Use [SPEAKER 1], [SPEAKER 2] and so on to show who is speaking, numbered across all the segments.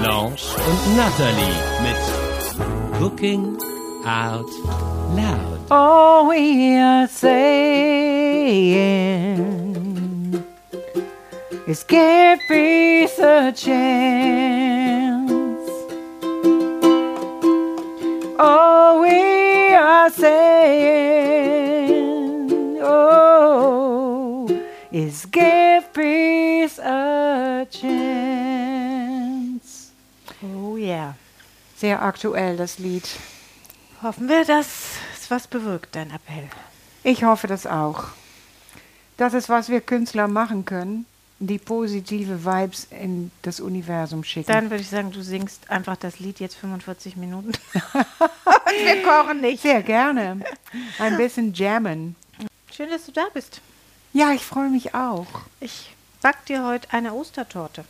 [SPEAKER 1] Blanche und Nathalie mit Cooking Out Loud.
[SPEAKER 2] All we are saying is give peace a chance. All we are saying, oh, is give peace a chance.
[SPEAKER 3] Oh ja.
[SPEAKER 2] Sehr aktuell das Lied.
[SPEAKER 3] Hoffen wir, dass es was bewirkt, dein Appell.
[SPEAKER 2] Ich hoffe das auch. Das ist, was wir Künstler machen können, die positive Vibes in das Universum schicken.
[SPEAKER 3] Dann würde ich sagen, du singst einfach das Lied jetzt 45 Minuten. Und wir kochen nicht.
[SPEAKER 2] Sehr gerne. Ein bisschen jammen.
[SPEAKER 3] Schön, dass du da bist.
[SPEAKER 2] Ja, ich freue mich auch.
[SPEAKER 3] Ich back dir heute eine Ostertorte.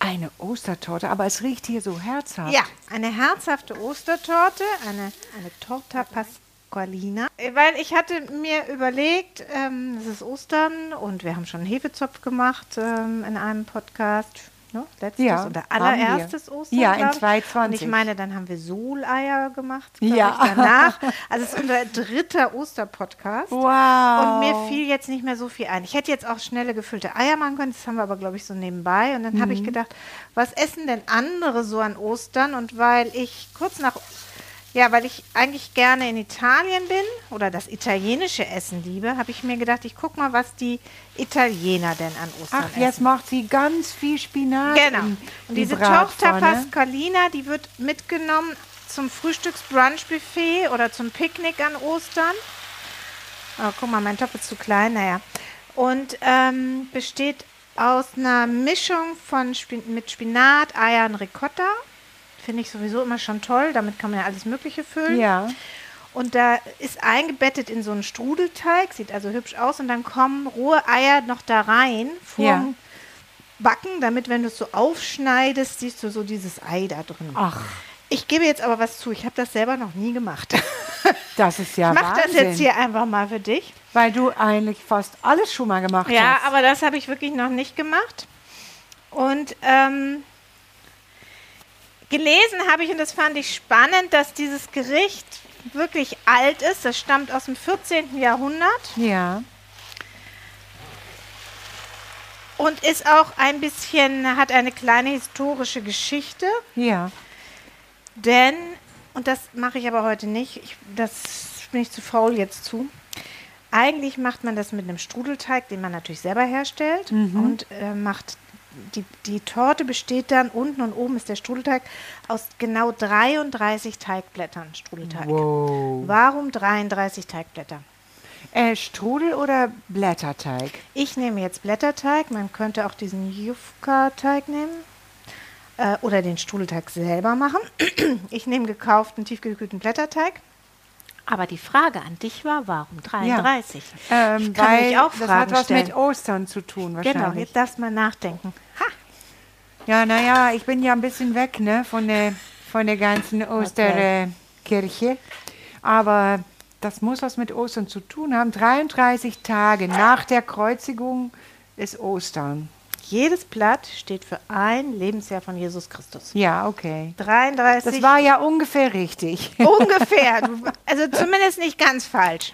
[SPEAKER 2] Eine Ostertorte, aber es riecht hier so herzhaft.
[SPEAKER 3] Ja, eine herzhafte Ostertorte, eine, eine Torta Pasqualina. Äh, Weil ich hatte mir überlegt, ähm, es ist Ostern und wir haben schon einen Hefezopf gemacht ähm, in einem Podcast. Ne? Letztes
[SPEAKER 2] Ja,
[SPEAKER 3] oder
[SPEAKER 2] haben wir.
[SPEAKER 3] allererstes Ostern.
[SPEAKER 2] Ja, in
[SPEAKER 3] glaub ich.
[SPEAKER 2] 220.
[SPEAKER 3] Und ich meine, dann haben wir Soleier gemacht. glaub
[SPEAKER 2] Ja.
[SPEAKER 3] Ich, danach. Also es ist unser dritter Osterpodcast.
[SPEAKER 2] Wow.
[SPEAKER 3] Und mir fiel jetzt nicht mehr so viel ein. Ich hätte jetzt auch schnelle gefüllte Eier machen können, das haben wir aber, glaube ich, so nebenbei. Und dann
[SPEAKER 2] Mhm.
[SPEAKER 3] habe ich gedacht, was essen denn andere so an Ostern? Und weil ich kurz nach, ja, weil ich eigentlich gerne in Italien bin oder das italienische Essen liebe, habe ich mir gedacht, ich guck mal, was die Italiener denn an Ostern
[SPEAKER 2] Ach,
[SPEAKER 3] essen.
[SPEAKER 2] jetzt macht sie ganz viel Spinat.
[SPEAKER 3] Genau.
[SPEAKER 2] in
[SPEAKER 3] Und
[SPEAKER 2] die
[SPEAKER 3] diese Tochter
[SPEAKER 2] Bratpfanne.
[SPEAKER 3] Pascalina, die wird mitgenommen zum Frühstücksbrunchbuffet oder zum Picknick an Ostern. Oh, guck mal, mein Topf ist zu klein, naja. Und ähm, besteht aus einer Mischung von Spin mit Spinat, Eiern, Ricotta. Finde ich sowieso immer schon toll. Damit kann man ja alles Mögliche füllen.
[SPEAKER 2] Ja.
[SPEAKER 3] Und da ist eingebettet in so einen Strudelteig, sieht also hübsch aus. Und dann kommen rohe Eier noch da rein vom
[SPEAKER 2] Ja.
[SPEAKER 3] Backen, damit, wenn du es so aufschneidest, siehst du so dieses Ei da drin.
[SPEAKER 2] Ach,
[SPEAKER 3] Ich gebe jetzt aber was zu, ich habe das selber noch nie gemacht.
[SPEAKER 2] das ist ja
[SPEAKER 3] ich mache das
[SPEAKER 2] Wahnsinn.
[SPEAKER 3] jetzt hier einfach mal für dich.
[SPEAKER 2] Weil du eigentlich fast alles schon mal gemacht
[SPEAKER 3] Ja,
[SPEAKER 2] hast.
[SPEAKER 3] aber das habe ich wirklich noch nicht gemacht. Und ähm, gelesen habe ich, und das fand ich spannend, dass dieses Gericht wirklich alt ist. Das stammt aus dem 14. Jahrhundert.
[SPEAKER 2] Ja.
[SPEAKER 3] Und ist auch ein bisschen, hat eine kleine historische Geschichte,
[SPEAKER 2] Ja.
[SPEAKER 3] denn, und das mache ich aber heute nicht, ich, das bin ich zu faul jetzt zu. Eigentlich macht man das mit einem Strudelteig, den man natürlich selber herstellt und äh, macht die, die Torte besteht dann, unten und oben ist der Strudelteig, aus genau 33 Teigblättern Strudelteig.
[SPEAKER 2] Wow.
[SPEAKER 3] Warum 33 Teigblätter?
[SPEAKER 2] Äh, Strudel oder Blätterteig?
[SPEAKER 3] Ich nehme jetzt Blätterteig. Man könnte auch diesen Jufka-Teig nehmen äh, oder den Strudelteig selber machen. Ich nehme gekauften, tiefgekühlten Blätterteig. Aber die Frage an dich war, warum 33?
[SPEAKER 2] Ähm,
[SPEAKER 3] ich kann
[SPEAKER 2] weil
[SPEAKER 3] mich auch
[SPEAKER 2] das
[SPEAKER 3] Fragen
[SPEAKER 2] hat was
[SPEAKER 3] stellen.
[SPEAKER 2] mit Ostern zu tun
[SPEAKER 3] Genau,
[SPEAKER 2] wahrscheinlich.
[SPEAKER 3] jetzt darfst du mal nachdenken. Ha,
[SPEAKER 2] Ja, naja, ich bin ja ein bisschen weg ne, von, der, von der ganzen Osterkirche. Aber das muss was mit Ostern zu tun haben. 33 Tage nach der Kreuzigung ist Ostern.
[SPEAKER 3] jedes Blatt steht für ein Lebensjahr von Jesus Christus.
[SPEAKER 2] Ja, okay.
[SPEAKER 3] 33
[SPEAKER 2] Das war ja ungefähr richtig.
[SPEAKER 3] ungefähr, du- also zumindest nicht ganz falsch.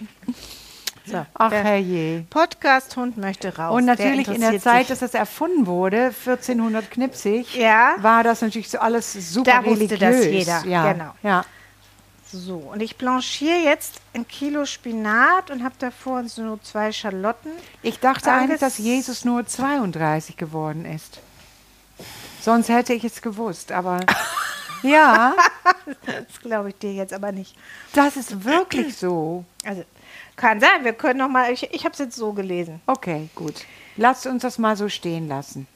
[SPEAKER 3] So,
[SPEAKER 2] Ach
[SPEAKER 3] der
[SPEAKER 2] herrje.
[SPEAKER 3] Podcast-Hund möchte raus.
[SPEAKER 2] Und natürlich in der
[SPEAKER 3] interessiert
[SPEAKER 2] Zeit, dass
[SPEAKER 3] sich.
[SPEAKER 2] das erfunden wurde, 1400 knipsig,
[SPEAKER 3] Ja.
[SPEAKER 2] war das natürlich so alles super
[SPEAKER 3] Da wusste
[SPEAKER 2] religiös.
[SPEAKER 3] das jeder,
[SPEAKER 2] Ja,
[SPEAKER 3] genau.
[SPEAKER 2] Ja.
[SPEAKER 3] So, und ich blanchiere jetzt ein Kilo Spinat und habe davor so zwei Schalotten.
[SPEAKER 2] Ich dachte eigentlich,
[SPEAKER 3] Anges-
[SPEAKER 2] dass Jesus nur 32 geworden ist. Sonst hätte ich es gewusst, aber ja,
[SPEAKER 3] Das glaube ich dir jetzt aber nicht.
[SPEAKER 2] das ist wirklich so.
[SPEAKER 3] Also, kann sein, wir können noch mal, ich, ich habe es jetzt so gelesen.
[SPEAKER 2] Okay, gut. Lasst uns das mal so stehen lassen.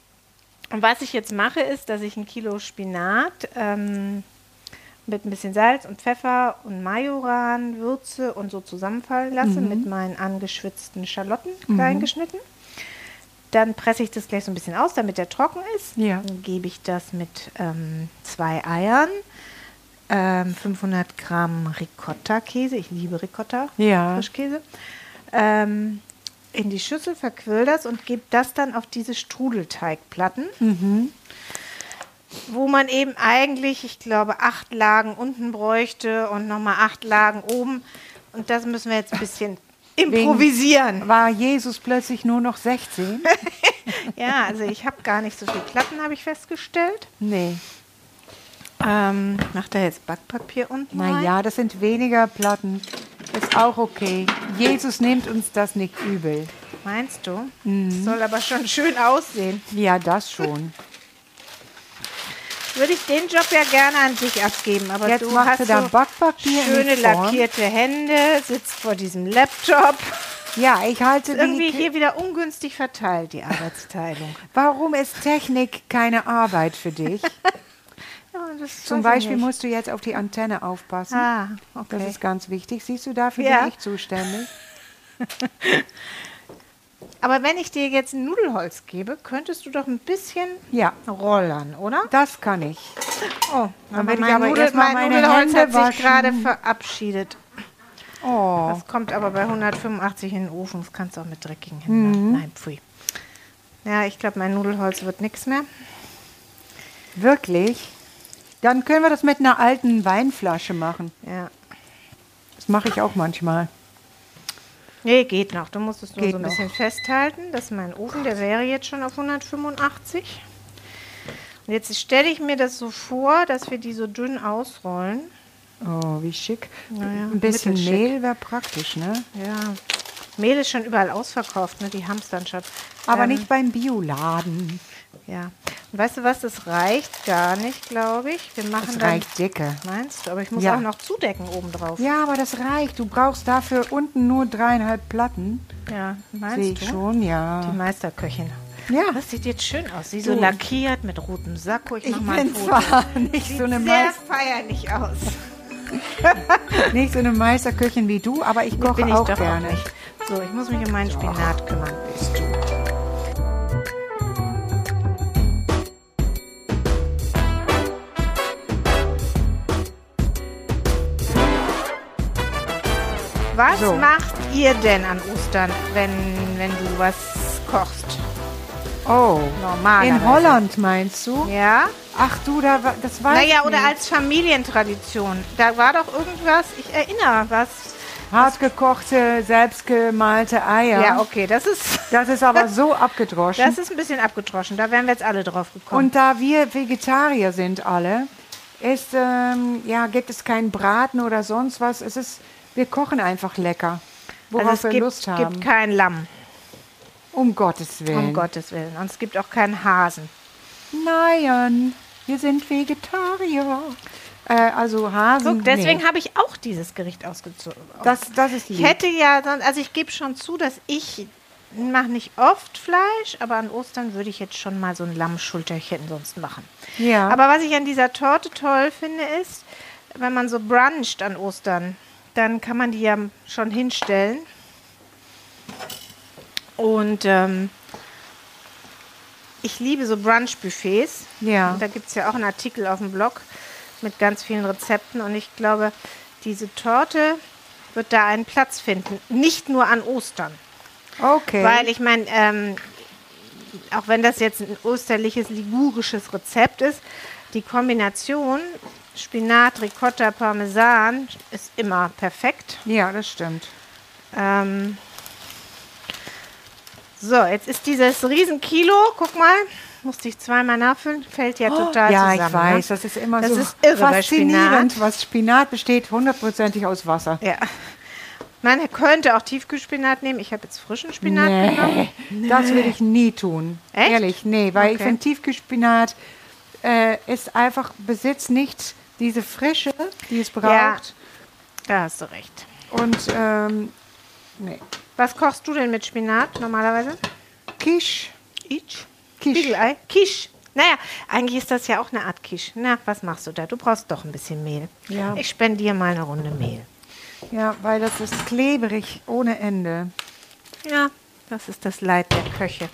[SPEAKER 3] Und was ich jetzt mache, ist, dass ich ein Kilo Spinat ähm, mit ein bisschen Salz und Pfeffer und Majoran würze und so zusammenfallen lasse
[SPEAKER 2] Mhm.
[SPEAKER 3] mit meinen angeschwitzten Schalotten klein geschnitten. Dann presse ich das gleich so ein bisschen aus, damit der trocken ist.
[SPEAKER 2] Ja.
[SPEAKER 3] Dann gebe ich das mit ähm, zwei Eiern, ähm, 500 Gramm Ricotta-Käse. Ich liebe Ricotta,
[SPEAKER 2] Ja.
[SPEAKER 3] Frischkäse. Ähm, in die Schüssel, verquirl das und gebe das dann auf diese Strudelteigplatten wo man eben eigentlich, ich glaube, acht Lagen unten bräuchte und nochmal acht Lagen oben. Und das müssen wir jetzt ein bisschen improvisieren.
[SPEAKER 2] War Jesus plötzlich nur noch 16?
[SPEAKER 3] Ja, also ich habe gar nicht so viel Platten, habe ich festgestellt.
[SPEAKER 2] nee.
[SPEAKER 3] Ähm, macht da jetzt Backpapier unten rein?
[SPEAKER 2] Naja, das sind weniger Platten. Ist auch okay. Jesus nimmt uns das nicht übel.
[SPEAKER 3] Meinst du? Soll aber schon schön aussehen.
[SPEAKER 2] Ja, das schon.
[SPEAKER 3] Würde ich den Job ja gerne an dich abgeben, aber
[SPEAKER 2] Jetzt
[SPEAKER 3] du
[SPEAKER 2] macht
[SPEAKER 3] hast
[SPEAKER 2] sie da
[SPEAKER 3] so
[SPEAKER 2] Backpapier in die
[SPEAKER 3] schöne
[SPEAKER 2] Form.
[SPEAKER 3] lackierte Hände, sitzt vor diesem Laptop.
[SPEAKER 2] Ja, ich halte
[SPEAKER 3] Irgendwie
[SPEAKER 2] die.
[SPEAKER 3] hier wieder ungünstig verteilt, die Arbeitsteilung.
[SPEAKER 2] Warum ist Technik keine Arbeit für dich?
[SPEAKER 3] Ja, das
[SPEAKER 2] Zum
[SPEAKER 3] weiß ich
[SPEAKER 2] Beispiel
[SPEAKER 3] nicht.
[SPEAKER 2] musst du jetzt auf die Antenne aufpassen. Oh,
[SPEAKER 3] Ah,
[SPEAKER 2] Das
[SPEAKER 3] okay.
[SPEAKER 2] ist ganz wichtig. Siehst du, dafür
[SPEAKER 3] Ja.
[SPEAKER 2] bin ich zuständig.
[SPEAKER 3] Aber wenn ich dir jetzt ein Nudelholz gebe, könntest du doch ein bisschen
[SPEAKER 2] Ja,
[SPEAKER 3] rollern, oder?
[SPEAKER 2] das kann ich.
[SPEAKER 3] Oh,
[SPEAKER 2] Dann
[SPEAKER 3] aber
[SPEAKER 2] will ich
[SPEAKER 3] mein,
[SPEAKER 2] aber
[SPEAKER 3] Nudel,
[SPEAKER 2] erst mal
[SPEAKER 3] mein
[SPEAKER 2] meine
[SPEAKER 3] Nudelholz
[SPEAKER 2] Hände
[SPEAKER 3] hat sich
[SPEAKER 2] waschen.
[SPEAKER 3] gerade verabschiedet.
[SPEAKER 2] Oh,
[SPEAKER 3] Das kommt aber bei 185 in den Ofen. Das kannst du auch mit dreckigen Händen. machen. Nein, pfui. Ja, ich glaube, mein Nudelholz wird nichts mehr.
[SPEAKER 2] wirklich? Dann können wir das mit einer alten Weinflasche machen.
[SPEAKER 3] Ja.
[SPEAKER 2] Das mache ich auch manchmal.
[SPEAKER 3] Nee, geht noch. Du musst es nur
[SPEAKER 2] Geht
[SPEAKER 3] so ein
[SPEAKER 2] noch.
[SPEAKER 3] bisschen festhalten. Das ist mein Ofen, der wäre jetzt schon auf 185. Und jetzt stelle ich mir das so vor, dass wir die so dünn ausrollen.
[SPEAKER 2] Oh, wie schick.
[SPEAKER 3] Naja,
[SPEAKER 2] Ein bisschen
[SPEAKER 3] mittelschick.
[SPEAKER 2] Mehl wäre praktisch, ne?
[SPEAKER 3] Ja. Mehl ist schon überall ausverkauft, ne? Die haben es dann schon.
[SPEAKER 2] Aber
[SPEAKER 3] Ähm,
[SPEAKER 2] nicht beim Bioladen.
[SPEAKER 3] Ja. Und weißt du was, das reicht gar nicht, glaube ich. Wir machen
[SPEAKER 2] Das
[SPEAKER 3] dann.
[SPEAKER 2] reicht dicke.
[SPEAKER 3] Meinst du? Aber ich muss
[SPEAKER 2] Ja.
[SPEAKER 3] auch noch zudecken obendrauf.
[SPEAKER 2] Ja, aber das reicht. Du brauchst dafür unten nur dreieinhalb Platten.
[SPEAKER 3] ja.
[SPEAKER 2] Sehe
[SPEAKER 3] meinst
[SPEAKER 2] ich
[SPEAKER 3] du?
[SPEAKER 2] schon,
[SPEAKER 3] Die
[SPEAKER 2] ja.
[SPEAKER 3] Meisterköchin.
[SPEAKER 2] Ja.
[SPEAKER 3] Das sieht jetzt schön aus. Sie so
[SPEAKER 2] Du.
[SPEAKER 3] lackiert mit rotem Sakko. Ich, mach
[SPEAKER 2] Ich
[SPEAKER 3] mal ein
[SPEAKER 2] bin
[SPEAKER 3] Foto.
[SPEAKER 2] zwar nicht so, eine
[SPEAKER 3] Sehr
[SPEAKER 2] Meister,
[SPEAKER 3] feierlich aus.
[SPEAKER 2] nicht so eine Meisterköchin wie du, aber ich koche
[SPEAKER 3] Bin ich
[SPEAKER 2] auch
[SPEAKER 3] doch
[SPEAKER 2] gerne.
[SPEAKER 3] Auch nicht. So, ich muss mich um meinen Spinat kümmern. Was
[SPEAKER 2] So.
[SPEAKER 3] macht ihr denn an Ostern, wenn, wenn du was kochst?
[SPEAKER 2] Oh,
[SPEAKER 3] Normal.
[SPEAKER 2] in Holland meinst du?
[SPEAKER 3] Ja?
[SPEAKER 2] Ach du, da, wa- das war.
[SPEAKER 3] Naja, oder als Familientradition. Da war doch irgendwas, ich erinnere was.
[SPEAKER 2] Hartgekochte, selbstgemalte Eier.
[SPEAKER 3] Ja, okay, das ist,
[SPEAKER 2] Das ist aber so abgedroschen.
[SPEAKER 3] das ist ein bisschen abgedroschen. Da wären wir jetzt alle drauf gekommen.
[SPEAKER 2] Und da wir Vegetarier sind alle, ist, ähm, ja, gibt es keinen Braten oder sonst was. Es ist, wir kochen einfach lecker, worauf
[SPEAKER 3] also es
[SPEAKER 2] wir
[SPEAKER 3] gibt,
[SPEAKER 2] Lust haben.
[SPEAKER 3] gibt kein Lamm,
[SPEAKER 2] um Gottes Willen.
[SPEAKER 3] um Gottes Willen. Und es gibt auch keinen Hasen.
[SPEAKER 2] Nein, wir sind Vegetarier. Äh, also Hasen.
[SPEAKER 3] Guck, deswegen
[SPEAKER 2] nee.
[SPEAKER 3] habe ich auch dieses Gericht ausgezogen.
[SPEAKER 2] das, das ist
[SPEAKER 3] ich
[SPEAKER 2] lieb.
[SPEAKER 3] hätte ja, sonst, also ich gebe schon zu, dass ich mache nicht oft Fleisch, aber an Ostern würde ich jetzt schon mal so ein Lammschulterchen sonst machen.
[SPEAKER 2] Ja.
[SPEAKER 3] Aber was ich an dieser Torte toll finde, ist, wenn man so bruncht an Ostern, dann kann man die ja schon hinstellen. Und ähm, ich liebe so Brunch-Buffets.
[SPEAKER 2] Ja.
[SPEAKER 3] Und da gibt es ja auch einen Artikel auf dem Blog mit ganz vielen Rezepten. Und ich glaube, diese Torte wird da einen Platz finden. Nicht nur an Ostern.
[SPEAKER 2] okay.
[SPEAKER 3] Weil ich meine, ähm, auch wenn das jetzt ein österliches, ligurisches Rezept ist, die Kombination Spinat, Ricotta, Parmesan ist immer perfekt.
[SPEAKER 2] ja, das stimmt.
[SPEAKER 3] Ähm, so, jetzt ist dieses Riesenkilo, guck mal, musste ich zweimal nachfüllen, fällt ja Oh. total
[SPEAKER 2] Oh, ja,
[SPEAKER 3] zusammen.
[SPEAKER 2] ich weiß,
[SPEAKER 3] ne?
[SPEAKER 2] das ist immer
[SPEAKER 3] Das
[SPEAKER 2] so
[SPEAKER 3] ist irre bei
[SPEAKER 2] faszinierend, was Spinat besteht, hundertprozentig aus Wasser.
[SPEAKER 3] Ja. Man könnte auch Tiefkühlspinat nehmen. Ich habe jetzt frischen Spinat genommen.
[SPEAKER 2] Das würde ich nie tun.
[SPEAKER 3] Echt?
[SPEAKER 2] Ehrlich, nee, weil ich
[SPEAKER 3] Okay.
[SPEAKER 2] finde, Tiefkühlspinat äh, ist einfach, besitzt nicht diese Frische, die es braucht.
[SPEAKER 3] Da hast du recht.
[SPEAKER 2] Und ähm, nee.
[SPEAKER 3] Was kochst du denn mit Spinat normalerweise?
[SPEAKER 2] Quiche.
[SPEAKER 3] Ich?
[SPEAKER 2] Quiche.
[SPEAKER 3] Spiegelei? Quiche. äh, Naja, eigentlich ist das ja auch eine Art Quiche. Na, was machst du da? Du brauchst doch ein bisschen Mehl.
[SPEAKER 2] Ja.
[SPEAKER 3] Ich spende dir mal eine Runde Mehl.
[SPEAKER 2] Ja, weil das ist klebrig ohne Ende.
[SPEAKER 3] Ja, das ist das Leid der Köche.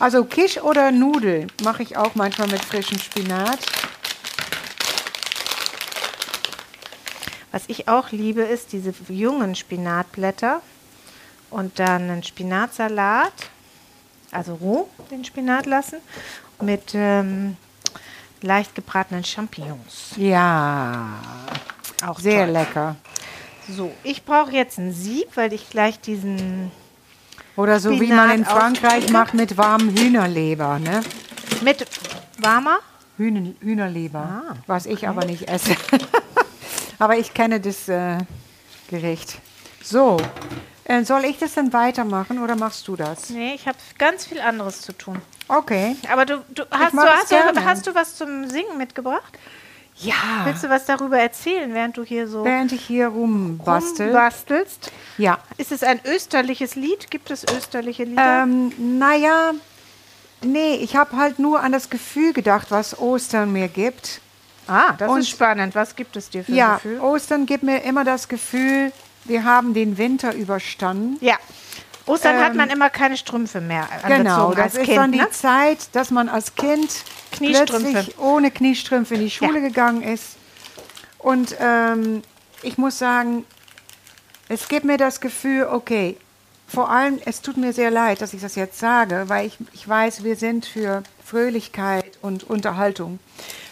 [SPEAKER 2] Also Kisch oder Nudel mache ich auch manchmal mit frischem Spinat.
[SPEAKER 3] Was ich auch liebe, ist diese jungen Spinatblätter und dann einen Spinatsalat, also roh den Spinat lassen, mit ähm, leicht gebratenen Champignons.
[SPEAKER 2] Ja,
[SPEAKER 3] Auch
[SPEAKER 2] sehr
[SPEAKER 3] toll.
[SPEAKER 2] lecker.
[SPEAKER 3] So, ich brauche jetzt ein Sieb, weil ich gleich diesen
[SPEAKER 2] Oder so wie man in
[SPEAKER 3] Spinat
[SPEAKER 2] Frankreich
[SPEAKER 3] aufschneiden.
[SPEAKER 2] macht mit warmem Hühnerleber, ne?
[SPEAKER 3] mit warmer.
[SPEAKER 2] Hühn Hühnerleber,
[SPEAKER 3] Ah,
[SPEAKER 2] was ich aber nicht esse. aber ich kenne das äh, Gericht. So, äh, soll ich das dann weitermachen oder machst du das?
[SPEAKER 3] Nee, ich habe ganz viel anderes zu tun.
[SPEAKER 2] Okay.
[SPEAKER 3] Aber du, du hast, du,
[SPEAKER 2] mag es
[SPEAKER 3] hast, du,
[SPEAKER 2] gerne.
[SPEAKER 3] hast du was zum Singen mitgebracht?
[SPEAKER 2] Ja,
[SPEAKER 3] Willst du was darüber erzählen, während du hier so
[SPEAKER 2] während ich hier rumbastel.
[SPEAKER 3] bastelst?
[SPEAKER 2] Ja,
[SPEAKER 3] Ist es ein österliches Lied? Gibt es österliche Lieder?
[SPEAKER 2] Ähm, naja, nee, ich habe halt nur an das Gefühl gedacht, was Ostern mir gibt.
[SPEAKER 3] ah, das
[SPEAKER 2] und-
[SPEAKER 3] ist spannend. Was gibt es dir für ein
[SPEAKER 2] ja,
[SPEAKER 3] Gefühl?
[SPEAKER 2] Ostern gibt mir immer das Gefühl, wir haben den Winter überstanden.
[SPEAKER 3] Ja. Ostern hat
[SPEAKER 2] Ähm,
[SPEAKER 3] man immer keine Strümpfe mehr angezogen
[SPEAKER 2] Genau, das
[SPEAKER 3] als
[SPEAKER 2] ist
[SPEAKER 3] Kind.
[SPEAKER 2] dann die
[SPEAKER 3] ne?
[SPEAKER 2] Zeit, dass man als Kind
[SPEAKER 3] Kniestrümpfe.
[SPEAKER 2] plötzlich ohne Kniestrümpfe in die Schule gegangen ist. Und ähm, ich muss sagen, es gibt mir das Gefühl, okay, vor allem, es tut mir sehr leid, dass ich das jetzt sage, weil ich, ich weiß, wir sind für Fröhlichkeit und Unterhaltung.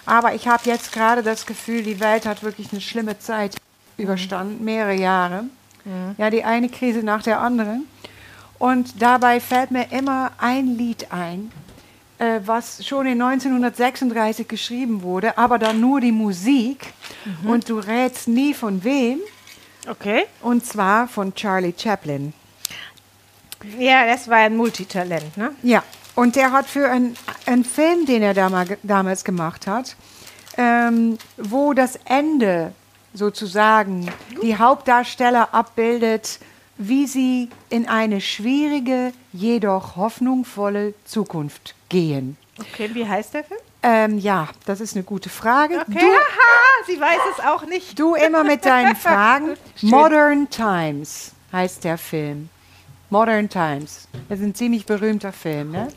[SPEAKER 2] Aber ich habe jetzt gerade das Gefühl, die Welt hat wirklich eine schlimme Zeit überstanden, mehrere Jahre. Ja, die eine Krise nach der anderen. Und dabei fällt mir immer ein Lied ein, äh, was schon in 1936 geschrieben wurde, aber dann nur die Musik. Und du rätst nie von wem.
[SPEAKER 3] Okay.
[SPEAKER 2] Und zwar von Charlie Chaplin.
[SPEAKER 3] Ja, das war ein Multitalent, ne?
[SPEAKER 2] Ja, und der hat für einen, einen Film, den er dama- damals gemacht hat, ähm, wo das Ende sozusagen die Hauptdarsteller abbildet, wie sie in eine schwierige, jedoch hoffnungsvolle Zukunft gehen.
[SPEAKER 3] Okay, wie heißt der Film?
[SPEAKER 2] Ähm, ja, das ist eine gute Frage.
[SPEAKER 3] Okay. Haha, sie weiß es auch nicht.
[SPEAKER 2] Du, du immer mit deinen Fragen. Modern Times heißt der Film. Modern Times. Das ist ein ziemlich berühmter Film, ne?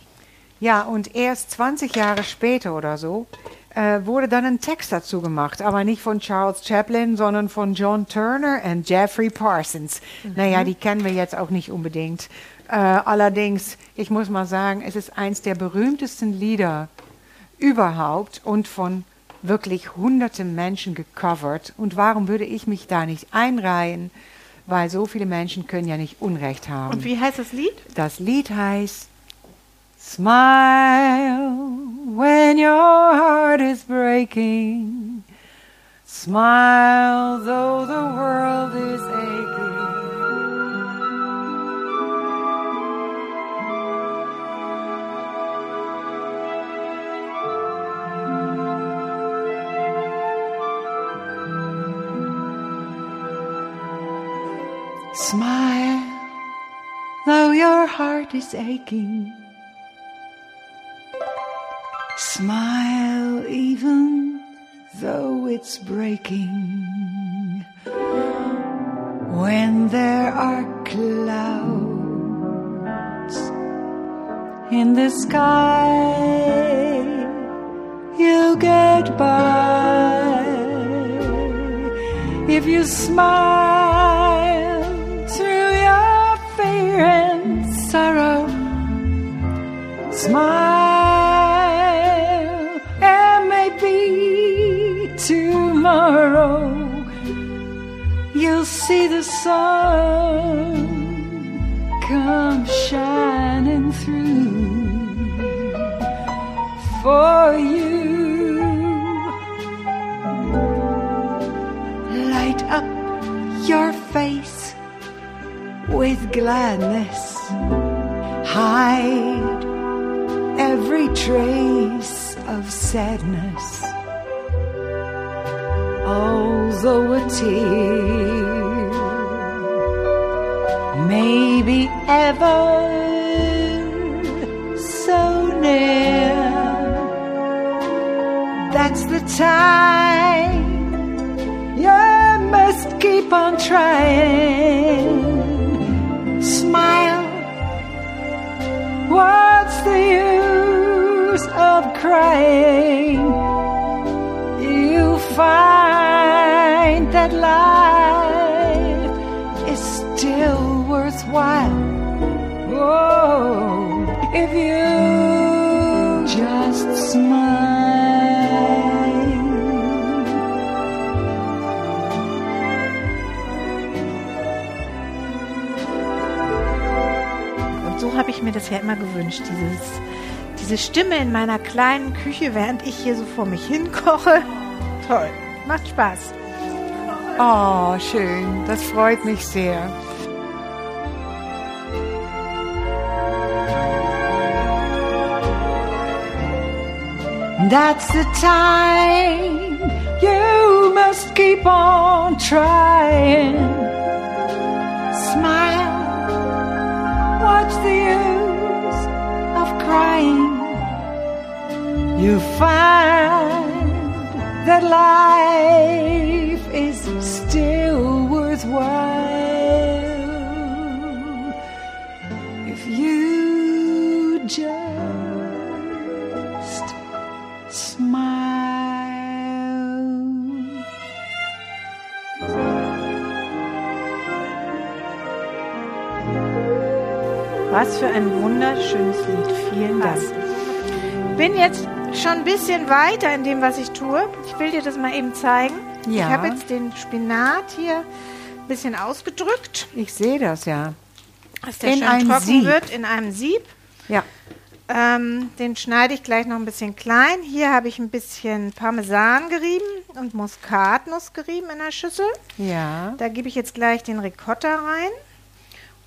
[SPEAKER 2] Ja, und erst 20 Jahre später oder so äh, wurde dann ein Text dazu gemacht, aber nicht von Charles Chaplin, sondern von John Turner und Jeffrey Parsons. Naja, die kennen wir jetzt auch nicht unbedingt. Äh, allerdings, ich muss mal sagen, es ist eins der berühmtesten Lieder überhaupt und von wirklich hunderte Menschen gecovert. Und warum würde ich mich da nicht einreihen? Weil so viele Menschen können ja nicht Unrecht haben.
[SPEAKER 3] Und wie heißt das Lied?
[SPEAKER 2] Das Lied heißt Smile when your heart is breaking. Smile though the world is aching. Smile though your heart is aching. Smile even though it's breaking. When there are clouds in the sky, you get by if you smile through your fear and sorrow. Smile, and maybe tomorrow you'll see the sun come shining through for you light up your face with gladness. Hide every trace of sadness. Although a tear may be ever so near, time. You must keep on trying. Smile. What's the use of crying? You find that life is still worthwhile. Oh, if you just smile.
[SPEAKER 3] Und so habe ich mir das ja immer gewünscht, dieses, diese Stimme in meiner kleinen Küche, während ich hier so vor mich hinkoche. Toll. Macht Spaß.
[SPEAKER 2] Oh, schön. Das freut mich sehr. That's the time you must keep on trying. Smile. What's the use of crying? You find that life is still worthwhile if you just smile.
[SPEAKER 3] Was für ein wunderschönes Lied. Vielen Dank. Bin jetzt schon ein bisschen weiter in dem, was ich tue. Ich will dir das mal eben zeigen.
[SPEAKER 2] Ja.
[SPEAKER 3] Ich habe jetzt den Spinat hier ein bisschen ausgedrückt,
[SPEAKER 2] Ich sehe das ja.
[SPEAKER 3] dass der
[SPEAKER 2] In
[SPEAKER 3] schön
[SPEAKER 2] ein
[SPEAKER 3] trocken
[SPEAKER 2] Sieb.
[SPEAKER 3] wird in einem Sieb.
[SPEAKER 2] Ja.
[SPEAKER 3] Ähm, den schneide ich gleich noch ein bisschen klein. Hier habe ich ein bisschen Parmesan gerieben und Muskatnuss gerieben in der Schüssel.
[SPEAKER 2] Ja.
[SPEAKER 3] Da gebe ich jetzt gleich den Ricotta rein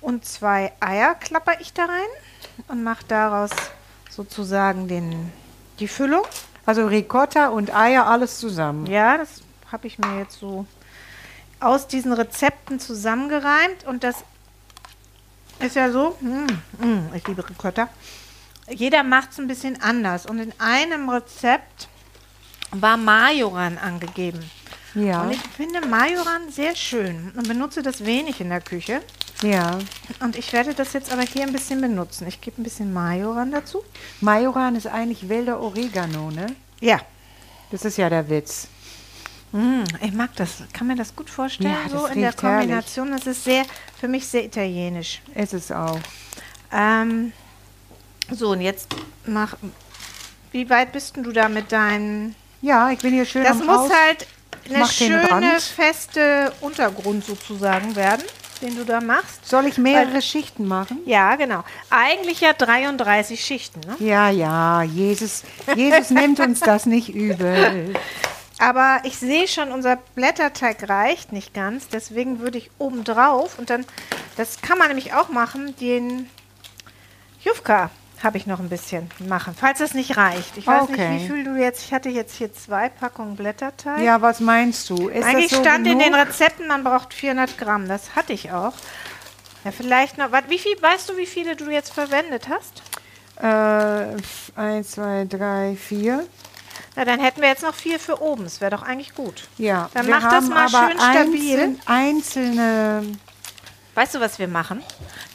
[SPEAKER 3] und zwei Eier klapper ich da rein und mache daraus sozusagen den, die Füllung.
[SPEAKER 2] Also Ricotta und Eier, alles zusammen.
[SPEAKER 3] Ja, das habe ich mir jetzt so aus diesen Rezepten zusammengereimt und das ist ja so, mm, mm, ich liebe Ricotta. Jeder macht es ein bisschen anders und in einem Rezept war Majoran angegeben.
[SPEAKER 2] Ja.
[SPEAKER 3] Und ich finde Majoran sehr schön und benutze das wenig in der Küche.
[SPEAKER 2] ja.
[SPEAKER 3] Und ich werde das jetzt aber hier ein bisschen benutzen. Ich gebe ein bisschen Majoran dazu.
[SPEAKER 2] Majoran ist eigentlich wilder Oregano, ne?
[SPEAKER 3] Ja,
[SPEAKER 2] Das ist ja der Witz.
[SPEAKER 3] Mm, ich mag das. Kann mir das gut vorstellen,
[SPEAKER 2] Ja, das
[SPEAKER 3] so in der
[SPEAKER 2] riecht herrlich.
[SPEAKER 3] Kombination. Das ist sehr, für mich sehr italienisch.
[SPEAKER 2] Es ist auch.
[SPEAKER 3] Ähm, so, und jetzt mach. Wie weit bist denn du da mit deinen.
[SPEAKER 2] Ja, ich bin hier schön
[SPEAKER 3] Das
[SPEAKER 2] am
[SPEAKER 3] muss
[SPEAKER 2] Aus-
[SPEAKER 3] halt
[SPEAKER 2] Ich
[SPEAKER 3] eine
[SPEAKER 2] mach den
[SPEAKER 3] schöne,
[SPEAKER 2] Rand.
[SPEAKER 3] feste Untergrund sozusagen werden, den du da machst.
[SPEAKER 2] Soll ich mehrere Schichten machen?
[SPEAKER 3] Ja, genau. Eigentlich ja 33 Schichten, ne?
[SPEAKER 2] Ja, ja, Jesus, Jesus nimmt uns das nicht übel.
[SPEAKER 3] Aber ich sehe schon, unser Blätterteig reicht nicht ganz. Deswegen würde ich oben drauf und dann, das kann man nämlich auch machen, den Jufka habe ich noch ein bisschen machen, falls das nicht reicht. Ich weiß
[SPEAKER 2] Okay.
[SPEAKER 3] nicht, wie viel du jetzt, ich hatte jetzt hier zwei Packungen Blätterteig.
[SPEAKER 2] Ja, was meinst du? Ist
[SPEAKER 3] Eigentlich
[SPEAKER 2] das so
[SPEAKER 3] stand in
[SPEAKER 2] genug?
[SPEAKER 3] den Rezepten, man braucht 400 Gramm. Das hatte ich auch. Ja, vielleicht noch, wat- wie viel, weißt du, wie viele du jetzt verwendet hast?
[SPEAKER 2] Äh, f- eins, zwei, drei, vier.
[SPEAKER 3] Na, dann hätten wir jetzt noch vier für oben. Das wäre doch eigentlich gut.
[SPEAKER 2] Ja,
[SPEAKER 3] Dann
[SPEAKER 2] wir
[SPEAKER 3] mach das
[SPEAKER 2] haben
[SPEAKER 3] mal
[SPEAKER 2] aber
[SPEAKER 3] schön stabil.
[SPEAKER 2] Einzeln, einzelne,
[SPEAKER 3] Weißt du, was wir machen?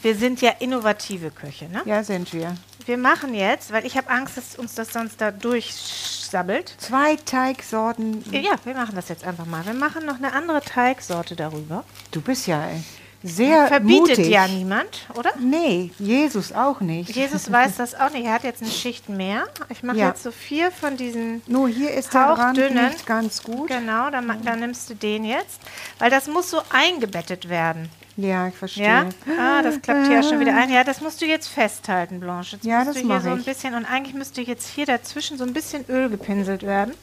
[SPEAKER 3] Wir sind ja innovative Köche, ne?
[SPEAKER 2] ja, sind wir.
[SPEAKER 3] Wir machen jetzt, weil ich habe Angst, dass uns das sonst da durchsabbelt.
[SPEAKER 2] Zwei Teigsorten.
[SPEAKER 3] Ja, wir machen das jetzt einfach mal. Wir machen noch eine andere Teigsorte darüber.
[SPEAKER 2] Du bist ja äh, sehr
[SPEAKER 3] Verbietet
[SPEAKER 2] mutig.
[SPEAKER 3] ja niemand, oder?
[SPEAKER 2] Nee, Jesus auch nicht.
[SPEAKER 3] Jesus weiß das auch nicht. Er hat jetzt eine Schicht mehr. Ich mache
[SPEAKER 2] Ja.
[SPEAKER 3] jetzt so vier von diesen.
[SPEAKER 2] Nur hier ist der Rand
[SPEAKER 3] Hauchdünnen.
[SPEAKER 2] nicht ganz gut.
[SPEAKER 3] Genau, dann, ma- dann nimmst du den jetzt, weil das muss so eingebettet werden.
[SPEAKER 2] Ja, ich verstehe.
[SPEAKER 3] Ja, ah, das klappt hier ja schon wieder ein. Ja, das musst du jetzt festhalten, Blanche. Jetzt
[SPEAKER 2] Ja,
[SPEAKER 3] musst
[SPEAKER 2] das
[SPEAKER 3] du hier
[SPEAKER 2] mach
[SPEAKER 3] so ein
[SPEAKER 2] ich.
[SPEAKER 3] bisschen und eigentlich müsste jetzt hier dazwischen so ein bisschen Öl gepinselt werden.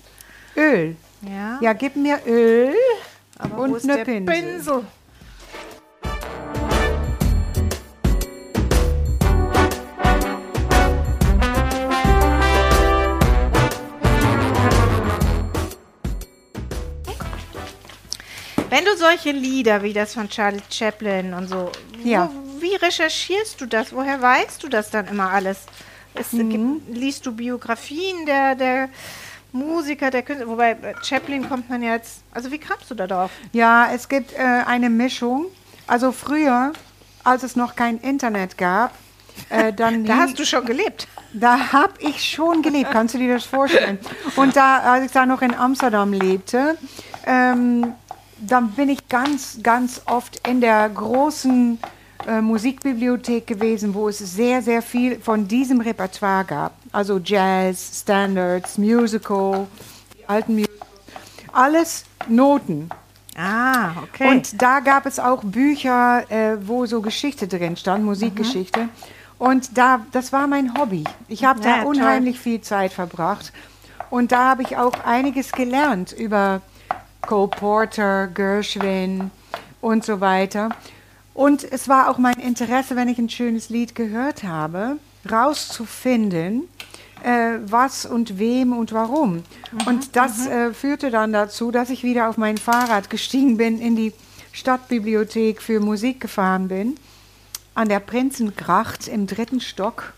[SPEAKER 2] Öl.
[SPEAKER 3] Ja.
[SPEAKER 2] Ja, gib mir Öl
[SPEAKER 3] aber
[SPEAKER 2] und
[SPEAKER 3] wo ist
[SPEAKER 2] ne
[SPEAKER 3] der
[SPEAKER 2] Pinsel.
[SPEAKER 3] Pinsel? Wenn du solche Lieder wie das von Charlie Chaplin und so,
[SPEAKER 2] Ja.
[SPEAKER 3] wo, wie recherchierst du das? Woher
[SPEAKER 2] Mhm.
[SPEAKER 3] weißt du das dann immer alles? Es, gibt, liest du Biografien der, der Musiker, der Künstler, wobei äh, Chaplin kommt man ja jetzt, also wie kamst du da drauf?
[SPEAKER 2] Ja, es gibt äh, eine Mischung. Also früher, als es noch kein Internet gab, äh, dann
[SPEAKER 3] Da
[SPEAKER 2] hing-
[SPEAKER 3] hast du schon gelebt.
[SPEAKER 2] Da habe ich schon gelebt, kannst du dir das vorstellen? Und da, als ich da noch in Amsterdam lebte, ähm, dann bin ich ganz, ganz oft in der großen äh, Musikbibliothek gewesen, wo es sehr, sehr viel von diesem Repertoire gab. Also Jazz, Standards, Musical, die alten Musicals. Alles Noten.
[SPEAKER 3] Ah, okay. Und
[SPEAKER 2] Und da gab es auch Bücher, äh, wo so Geschichte drin stand, Musikgeschichte. Und da, das war mein Hobby. Ich habe
[SPEAKER 3] Ja,
[SPEAKER 2] da
[SPEAKER 3] toll.
[SPEAKER 2] unheimlich viel Zeit verbracht. Und da habe ich auch einiges gelernt über Cole Porter, Gershwin und so weiter. Und es war auch mein Interesse, wenn ich ein schönes Lied gehört habe, rauszufinden, äh, was und wem und warum.
[SPEAKER 3] Mhm,
[SPEAKER 2] und das äh, führte dann dazu, dass ich wieder auf mein Fahrrad gestiegen bin, in die Stadtbibliothek für Musik gefahren bin, an der Prinzengracht im dritten Stock.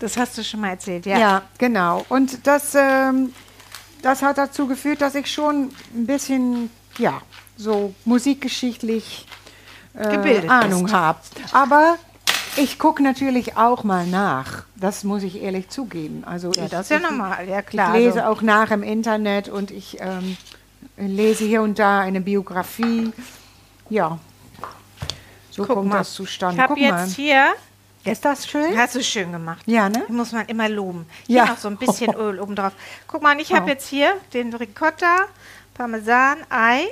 [SPEAKER 3] das hast du schon mal erzählt, ja.
[SPEAKER 2] genau. Und das, ähm, das hat dazu geführt, dass ich schon ein bisschen, ja, so musikgeschichtlich äh,
[SPEAKER 3] Gebildet
[SPEAKER 2] Ahnung
[SPEAKER 3] bist.
[SPEAKER 2] habe. Aber ich gucke natürlich auch mal nach. Das muss ich ehrlich zugeben. Also
[SPEAKER 3] Ja,
[SPEAKER 2] ich,
[SPEAKER 3] das ist ja
[SPEAKER 2] ich,
[SPEAKER 3] normal, ja klar.
[SPEAKER 2] ich lese
[SPEAKER 3] also,
[SPEAKER 2] auch nach im Internet und ich ähm, lese hier und da eine Biografie. Ja. So
[SPEAKER 3] guck
[SPEAKER 2] kommt
[SPEAKER 3] mal.
[SPEAKER 2] das zustande.
[SPEAKER 3] Ich habe
[SPEAKER 2] Guck
[SPEAKER 3] jetzt
[SPEAKER 2] mal.
[SPEAKER 3] hier,
[SPEAKER 2] Ist das schön?
[SPEAKER 3] hast du schön gemacht.
[SPEAKER 2] Ja, ne?
[SPEAKER 3] Die muss man immer loben. Hier
[SPEAKER 2] Ja.
[SPEAKER 3] noch so ein bisschen Öl obendrauf. Guck mal, ich habe
[SPEAKER 2] Oh.
[SPEAKER 3] jetzt hier den Ricotta, Parmesan, Ei,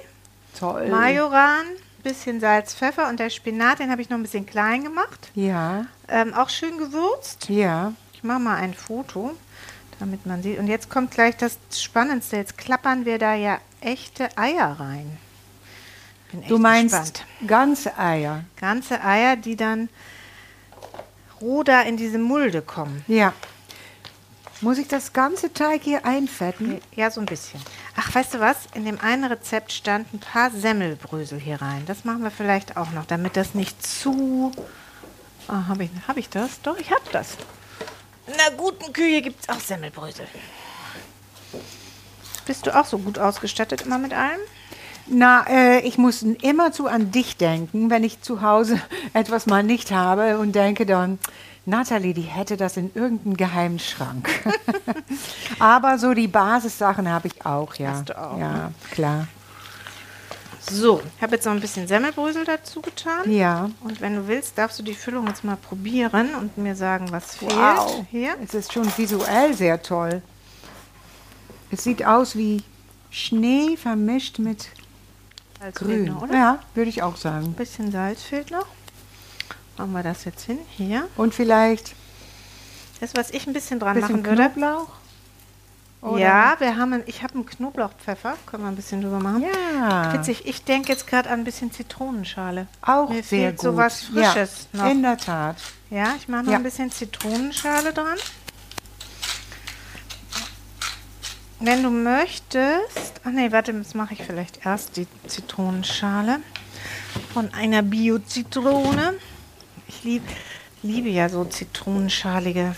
[SPEAKER 2] Toll.
[SPEAKER 3] Äh. Majoran, bisschen Salz, Pfeffer und der Spinat, den habe ich noch ein bisschen klein gemacht.
[SPEAKER 2] Ja,
[SPEAKER 3] Ähm, auch schön gewürzt.
[SPEAKER 2] ja.
[SPEAKER 3] Ich mache mal ein Foto, damit man sieht. Und jetzt kommt gleich das Spannendste. Jetzt klappern wir da ja echte Eier rein. Bin echt
[SPEAKER 2] Du meinst
[SPEAKER 3] gespannt.
[SPEAKER 2] ganze Eier.
[SPEAKER 3] ganze Eier, die dann roh da in diese Mulde kommen.
[SPEAKER 2] Ja. Muss ich das ganze Teig hier einfetten?
[SPEAKER 3] Ja, so ein bisschen. Ach, weißt du was? In dem einen Rezept stand ein paar Semmelbrösel hier rein. Das machen wir vielleicht auch noch, damit das nicht zu. Ah, habe ich, hab ich das? Doch, ich habe das. In einer guten Kühe gibt es auch Semmelbrösel. Bist du auch so gut ausgestattet immer mit allem?
[SPEAKER 2] Na, äh, ich muss immerzu an dich denken, wenn ich zu Hause etwas mal nicht habe und denke dann, Natalie, die hätte das in irgendeinem geheimen Schrank. Aber so die Basissachen habe ich auch, ja.
[SPEAKER 3] Hast du auch,
[SPEAKER 2] Ja,
[SPEAKER 3] ne?
[SPEAKER 2] klar.
[SPEAKER 3] So, ich habe jetzt noch ein bisschen Semmelbrösel dazu getan.
[SPEAKER 2] Ja.
[SPEAKER 3] Und wenn du willst, darfst du die Füllung jetzt mal probieren und mir sagen, was fehlt. Hier.
[SPEAKER 2] Es ist schon visuell sehr toll. Es sieht aus wie Schnee vermischt mit
[SPEAKER 3] Salz fehlt
[SPEAKER 2] Grün.
[SPEAKER 3] noch, oder?
[SPEAKER 2] Ja, würde ich auch sagen.
[SPEAKER 3] Ein bisschen Salz fehlt noch. Machen wir das jetzt hin. Hier.
[SPEAKER 2] Und vielleicht
[SPEAKER 3] Das, was ich ein bisschen dran
[SPEAKER 2] ein bisschen
[SPEAKER 3] machen würde.
[SPEAKER 2] Knoblauch? oder?
[SPEAKER 3] Ja, wir haben einen, ich habe einen Knoblauchpfeffer. Können wir ein bisschen drüber machen.
[SPEAKER 2] Ja.
[SPEAKER 3] Witzig, ich denke jetzt gerade an ein bisschen Zitronenschale.
[SPEAKER 2] Auch
[SPEAKER 3] Mir
[SPEAKER 2] sehr
[SPEAKER 3] fehlt
[SPEAKER 2] gut.
[SPEAKER 3] so was Frisches
[SPEAKER 2] ja,
[SPEAKER 3] noch.
[SPEAKER 2] In der Tat.
[SPEAKER 3] Ja, ich mache noch
[SPEAKER 2] Ja.
[SPEAKER 3] ein bisschen Zitronenschale dran. Wenn du möchtest. Ach nee, warte, jetzt mache ich vielleicht erst die Zitronenschale von einer Bio-Zitrone. Ich lieb, liebe ja so zitronenschalige.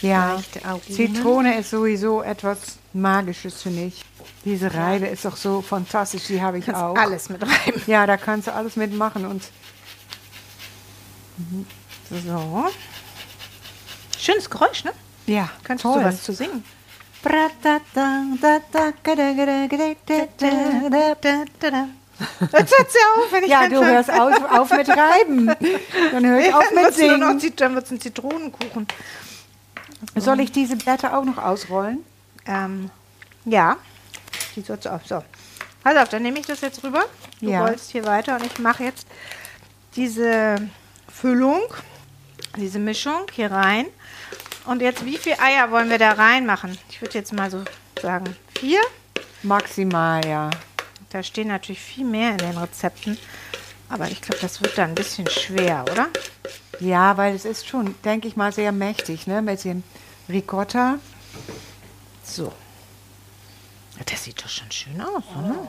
[SPEAKER 2] Ja.
[SPEAKER 3] Leichte Aromen.
[SPEAKER 2] Zitrone ist sowieso etwas Magisches, finde ich. Diese Reibe ist doch so fantastisch, die habe ich
[SPEAKER 3] Kannst
[SPEAKER 2] auch.
[SPEAKER 3] alles mit rein.
[SPEAKER 2] Ja, da kannst du alles mitmachen und
[SPEAKER 3] So. Schönes Geräusch, ne?
[SPEAKER 2] ja,
[SPEAKER 3] Kannst
[SPEAKER 2] toll.
[SPEAKER 3] du was zu singen? Jetzt hört sie auf, wenn ich
[SPEAKER 2] Ja, du
[SPEAKER 3] anfange.
[SPEAKER 2] hörst auf, auf mit Reiben. Dann höre ich auf
[SPEAKER 3] Dann
[SPEAKER 2] mit
[SPEAKER 3] wird's nur noch
[SPEAKER 2] Singen.
[SPEAKER 3] Zit- Dann wird es ein Zitronenkuchen.
[SPEAKER 2] Soll ich diese Blätter auch noch ausrollen?
[SPEAKER 3] Ähm, ja, die sollst du auch. So. Pass auf, dann nehme ich das jetzt rüber. Du
[SPEAKER 2] Ja.
[SPEAKER 3] rollst hier weiter und ich mache jetzt diese Füllung, diese Mischung hier rein. Und jetzt, wie viele Eier wollen wir da reinmachen? Ich würde jetzt mal so sagen, vier.
[SPEAKER 2] Maximal, ja.
[SPEAKER 3] Da stehen natürlich viel mehr in den Rezepten. Aber ich glaube, das wird dann ein bisschen schwer, oder?
[SPEAKER 2] Ja, weil es ist schon, denke ich mal, sehr mächtig, ne? Mit dem Ricotta.
[SPEAKER 3] So. Das sieht doch schon schön aus, oder?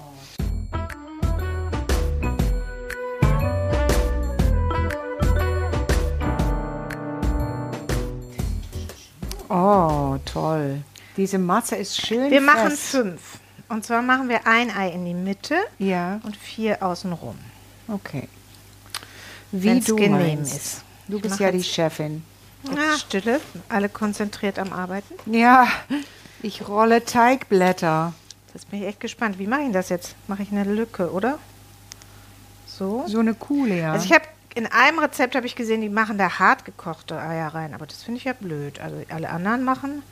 [SPEAKER 2] Oh, toll. Diese Masse ist schön.
[SPEAKER 3] Wir machen
[SPEAKER 2] fest.
[SPEAKER 3] fünf. Und zwar machen wir ein Ei in die Mitte
[SPEAKER 2] Ja,
[SPEAKER 3] und vier außenrum.
[SPEAKER 2] okay. Wie
[SPEAKER 3] Wenn's
[SPEAKER 2] du
[SPEAKER 3] genehm
[SPEAKER 2] meinst.
[SPEAKER 3] ist.
[SPEAKER 2] Du
[SPEAKER 3] Ich
[SPEAKER 2] bist
[SPEAKER 3] mach
[SPEAKER 2] ja die
[SPEAKER 3] jetzt-
[SPEAKER 2] Chefin.
[SPEAKER 3] Jetzt Stille, alle konzentriert am Arbeiten.
[SPEAKER 2] Ja, ich rolle Teigblätter.
[SPEAKER 3] Jetzt bin ich echt gespannt. Wie mache ich das jetzt? Mache ich eine Lücke, oder? So.
[SPEAKER 2] So eine coole, ja.
[SPEAKER 3] Also ich habe in einem Rezept habe ich gesehen, die machen da hart gekochte Eier rein, aber das finde ich ja blöd. Also alle anderen machen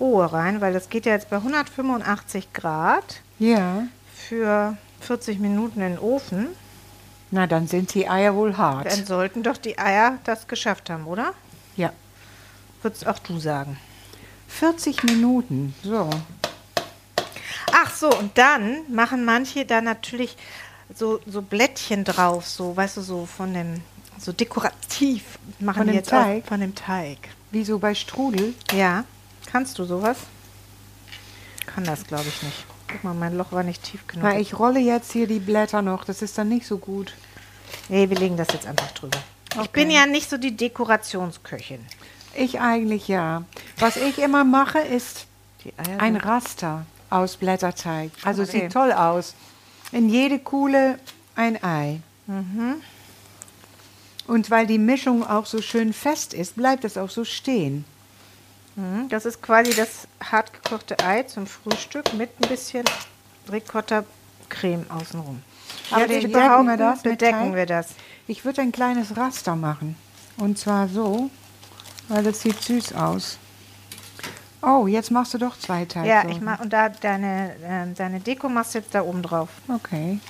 [SPEAKER 3] rohe rein, weil das geht ja jetzt bei 185 Grad
[SPEAKER 2] ja.
[SPEAKER 3] für 40 Minuten in den Ofen.
[SPEAKER 2] Na, dann sind die Eier wohl
[SPEAKER 3] Dann
[SPEAKER 2] hart.
[SPEAKER 3] sollten doch die Eier das geschafft haben, oder?
[SPEAKER 2] Ja.
[SPEAKER 3] Würdest auch du sagen.
[SPEAKER 2] 40 Minuten. So.
[SPEAKER 3] Ach so, und dann machen manche da natürlich so, so Blättchen drauf, so, weißt du, so von dem, so dekorativ machen
[SPEAKER 2] Von
[SPEAKER 3] die
[SPEAKER 2] dem
[SPEAKER 3] jetzt auch-
[SPEAKER 2] Teig?
[SPEAKER 3] von dem Teig.
[SPEAKER 2] Wie so bei Strudel.
[SPEAKER 3] Ja. Kannst du sowas? Kann das, glaube ich, nicht. Guck mal, mein Loch war nicht tief genug.
[SPEAKER 2] Na, ich rolle jetzt hier die Blätter noch. Das ist dann nicht so gut.
[SPEAKER 3] nee, wir legen das jetzt einfach drüber. Ich bin ja nicht so die Dekorationsköchin.
[SPEAKER 2] Ich eigentlich ja. Was ich immer mache, ist
[SPEAKER 3] Die Eier
[SPEAKER 2] ein
[SPEAKER 3] sind-
[SPEAKER 2] Raster aus Blätterteig. Also
[SPEAKER 3] Okay.
[SPEAKER 2] sieht toll aus. In jede Kuhle ein Ei.
[SPEAKER 3] Mhm.
[SPEAKER 2] Und weil die Mischung auch so schön fest ist, bleibt es auch so stehen.
[SPEAKER 3] Mhm, Das ist quasi das hartgekochte Ei zum Frühstück mit ein bisschen Ricotta-Creme außenrum.
[SPEAKER 2] Aber
[SPEAKER 3] Würde ich
[SPEAKER 2] bedecken wir
[SPEAKER 3] behaupten,
[SPEAKER 2] das mit
[SPEAKER 3] Bedecken
[SPEAKER 2] Teig?
[SPEAKER 3] wir das.
[SPEAKER 2] Ich würde ein kleines Raster machen. Und zwar so, weil das sieht süß aus. Oh, jetzt machst du doch zwei Teile.
[SPEAKER 3] Ja, ich mach, und da deine, ähm, deine Deko machst du jetzt da oben drauf.
[SPEAKER 2] Okay.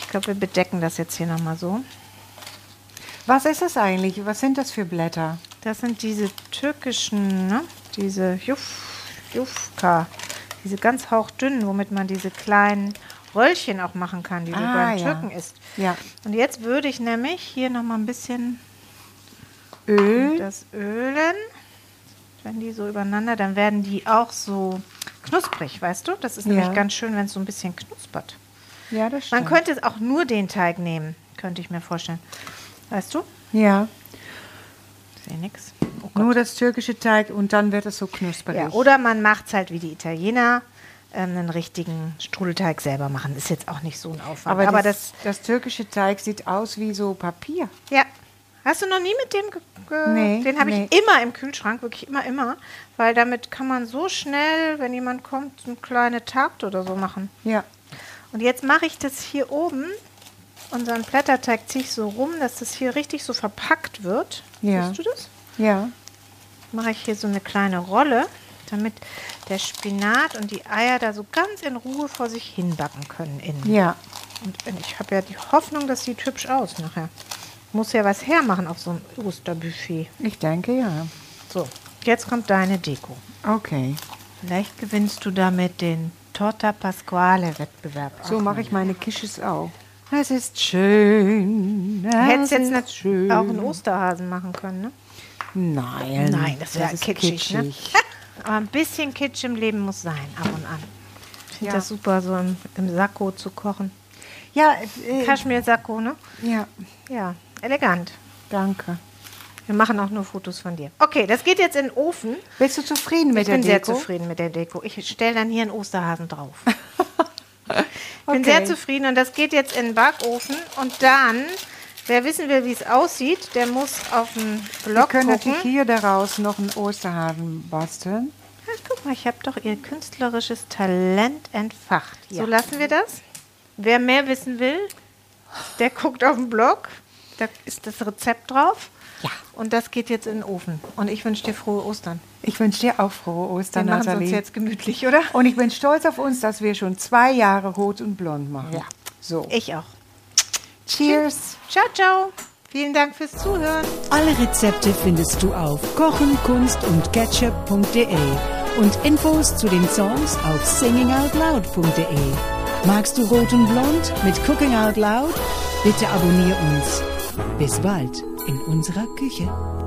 [SPEAKER 3] Ich glaube, wir bedecken das jetzt hier nochmal so.
[SPEAKER 2] Was ist das eigentlich? Was sind das für Blätter?
[SPEAKER 3] Das sind diese türkischen, ne? diese Juf, Jufka, diese ganz hauchdünnen, womit man diese kleinen Röllchen auch machen kann, die du
[SPEAKER 2] Ah,
[SPEAKER 3] beim
[SPEAKER 2] ja.
[SPEAKER 3] Türken isst.
[SPEAKER 2] Ja.
[SPEAKER 3] Und jetzt würde ich nämlich hier nochmal ein bisschen
[SPEAKER 2] Öl.
[SPEAKER 3] das ölen. Wenn die so übereinander, dann werden die auch so knusprig, weißt du? Das ist
[SPEAKER 2] Ja.
[SPEAKER 3] nämlich ganz schön, wenn es so ein bisschen knuspert.
[SPEAKER 2] Ja, das
[SPEAKER 3] Man könnte es auch nur den Teig nehmen, könnte ich mir vorstellen. Weißt du?
[SPEAKER 2] ja.
[SPEAKER 3] Ich sehe nichts.
[SPEAKER 2] Nur das türkische Teig und dann wird es so knusperig.
[SPEAKER 3] Ja, oder man macht es halt wie die Italiener, ähm, einen richtigen Strudelteig selber machen. Ist jetzt auch nicht so ein Aufwand.
[SPEAKER 2] aber,
[SPEAKER 3] Aber,
[SPEAKER 2] das,
[SPEAKER 3] das,
[SPEAKER 2] das, türkische Teig sieht aus wie so Papier.
[SPEAKER 3] ja. Hast du noch nie mit dem ge ge
[SPEAKER 2] Nee,
[SPEAKER 3] Den habe
[SPEAKER 2] nee.
[SPEAKER 3] ich immer im Kühlschrank, wirklich immer, immer. Weil damit kann man so schnell, wenn jemand kommt, eine kleine Tarte oder so machen.
[SPEAKER 2] Ja.
[SPEAKER 3] Und jetzt mache ich das hier oben, unseren Blätterteig ziehe ich so rum, dass das hier richtig so verpackt wird.
[SPEAKER 2] Ja.
[SPEAKER 3] Siehst du das?
[SPEAKER 2] Ja.
[SPEAKER 3] mache ich hier so eine kleine Rolle, damit der Spinat und die Eier da so ganz in Ruhe vor sich hinbacken können innen.
[SPEAKER 2] Ja.
[SPEAKER 3] Und ich habe ja die Hoffnung, das sieht hübsch aus nachher. Muss ja was hermachen auf so einem Osterbuffet.
[SPEAKER 2] Ich denke ja.
[SPEAKER 3] So, jetzt kommt deine Deko.
[SPEAKER 2] Okay.
[SPEAKER 3] Vielleicht gewinnst du damit den Torta Pasquale Wettbewerb.
[SPEAKER 2] So mache ich meine Kisches auch. Es ist schön.
[SPEAKER 3] Du
[SPEAKER 2] es
[SPEAKER 3] hättest jetzt
[SPEAKER 2] ist
[SPEAKER 3] natürlich auch einen Osterhasen machen können, ne?
[SPEAKER 2] Nein.
[SPEAKER 3] Nein, Ähm, das wäre
[SPEAKER 2] ist
[SPEAKER 3] kitschig, ne? Aber ein bisschen Kitsch im Leben muss sein, ab und an. Ich
[SPEAKER 2] Ja.
[SPEAKER 3] finde das super, so im, im Sakko zu kochen.
[SPEAKER 2] Ja, äh,
[SPEAKER 3] Kaschmir-Sakko, ne?
[SPEAKER 2] ja,
[SPEAKER 3] Ja, elegant.
[SPEAKER 2] danke.
[SPEAKER 3] Wir machen auch nur Fotos von dir. Okay, das geht jetzt in den Ofen.
[SPEAKER 2] Bist du zufrieden mit
[SPEAKER 3] ich
[SPEAKER 2] der
[SPEAKER 3] bin sehr
[SPEAKER 2] Deko?
[SPEAKER 3] zufrieden mit der Deko. Ich stelle dann hier einen Osterhasen drauf. Ich bin
[SPEAKER 2] Okay.
[SPEAKER 3] sehr zufrieden und das geht jetzt in den Backofen. Und dann, wer wissen will, wie es aussieht, der muss auf den
[SPEAKER 2] Wir
[SPEAKER 3] Blog
[SPEAKER 2] können
[SPEAKER 3] gucken.
[SPEAKER 2] natürlich hier daraus noch einen Osterhasen basteln.
[SPEAKER 3] Ach, guck mal, ich habe doch ihr künstlerisches Talent entfacht. So lassen wir das. Wer mehr wissen will, der guckt auf den Blog. Da ist das Rezept drauf. Ja. Und das geht jetzt in den Ofen. Und ich wünsche dir frohe Ostern.
[SPEAKER 2] Ich wünsche dir auch frohe Ostern,
[SPEAKER 3] Dann machen wir
[SPEAKER 2] Nathalie.
[SPEAKER 3] uns jetzt gemütlich, oder?
[SPEAKER 2] Und ich bin stolz auf uns, dass wir schon zwei Jahre rot und blond machen.
[SPEAKER 3] Ja.
[SPEAKER 2] So.
[SPEAKER 3] Ich auch.
[SPEAKER 2] Cheers.
[SPEAKER 3] Ciao, ciao. Vielen Dank fürs Zuhören.
[SPEAKER 4] Alle Rezepte findest du auf kochen, kunst und ketchup.de und Infos zu den Songs auf singingoutloud.de. Magst du Rot und Blond mit Cooking Out Loud? Bitte abonnier uns. Bis bald in unserer Küche.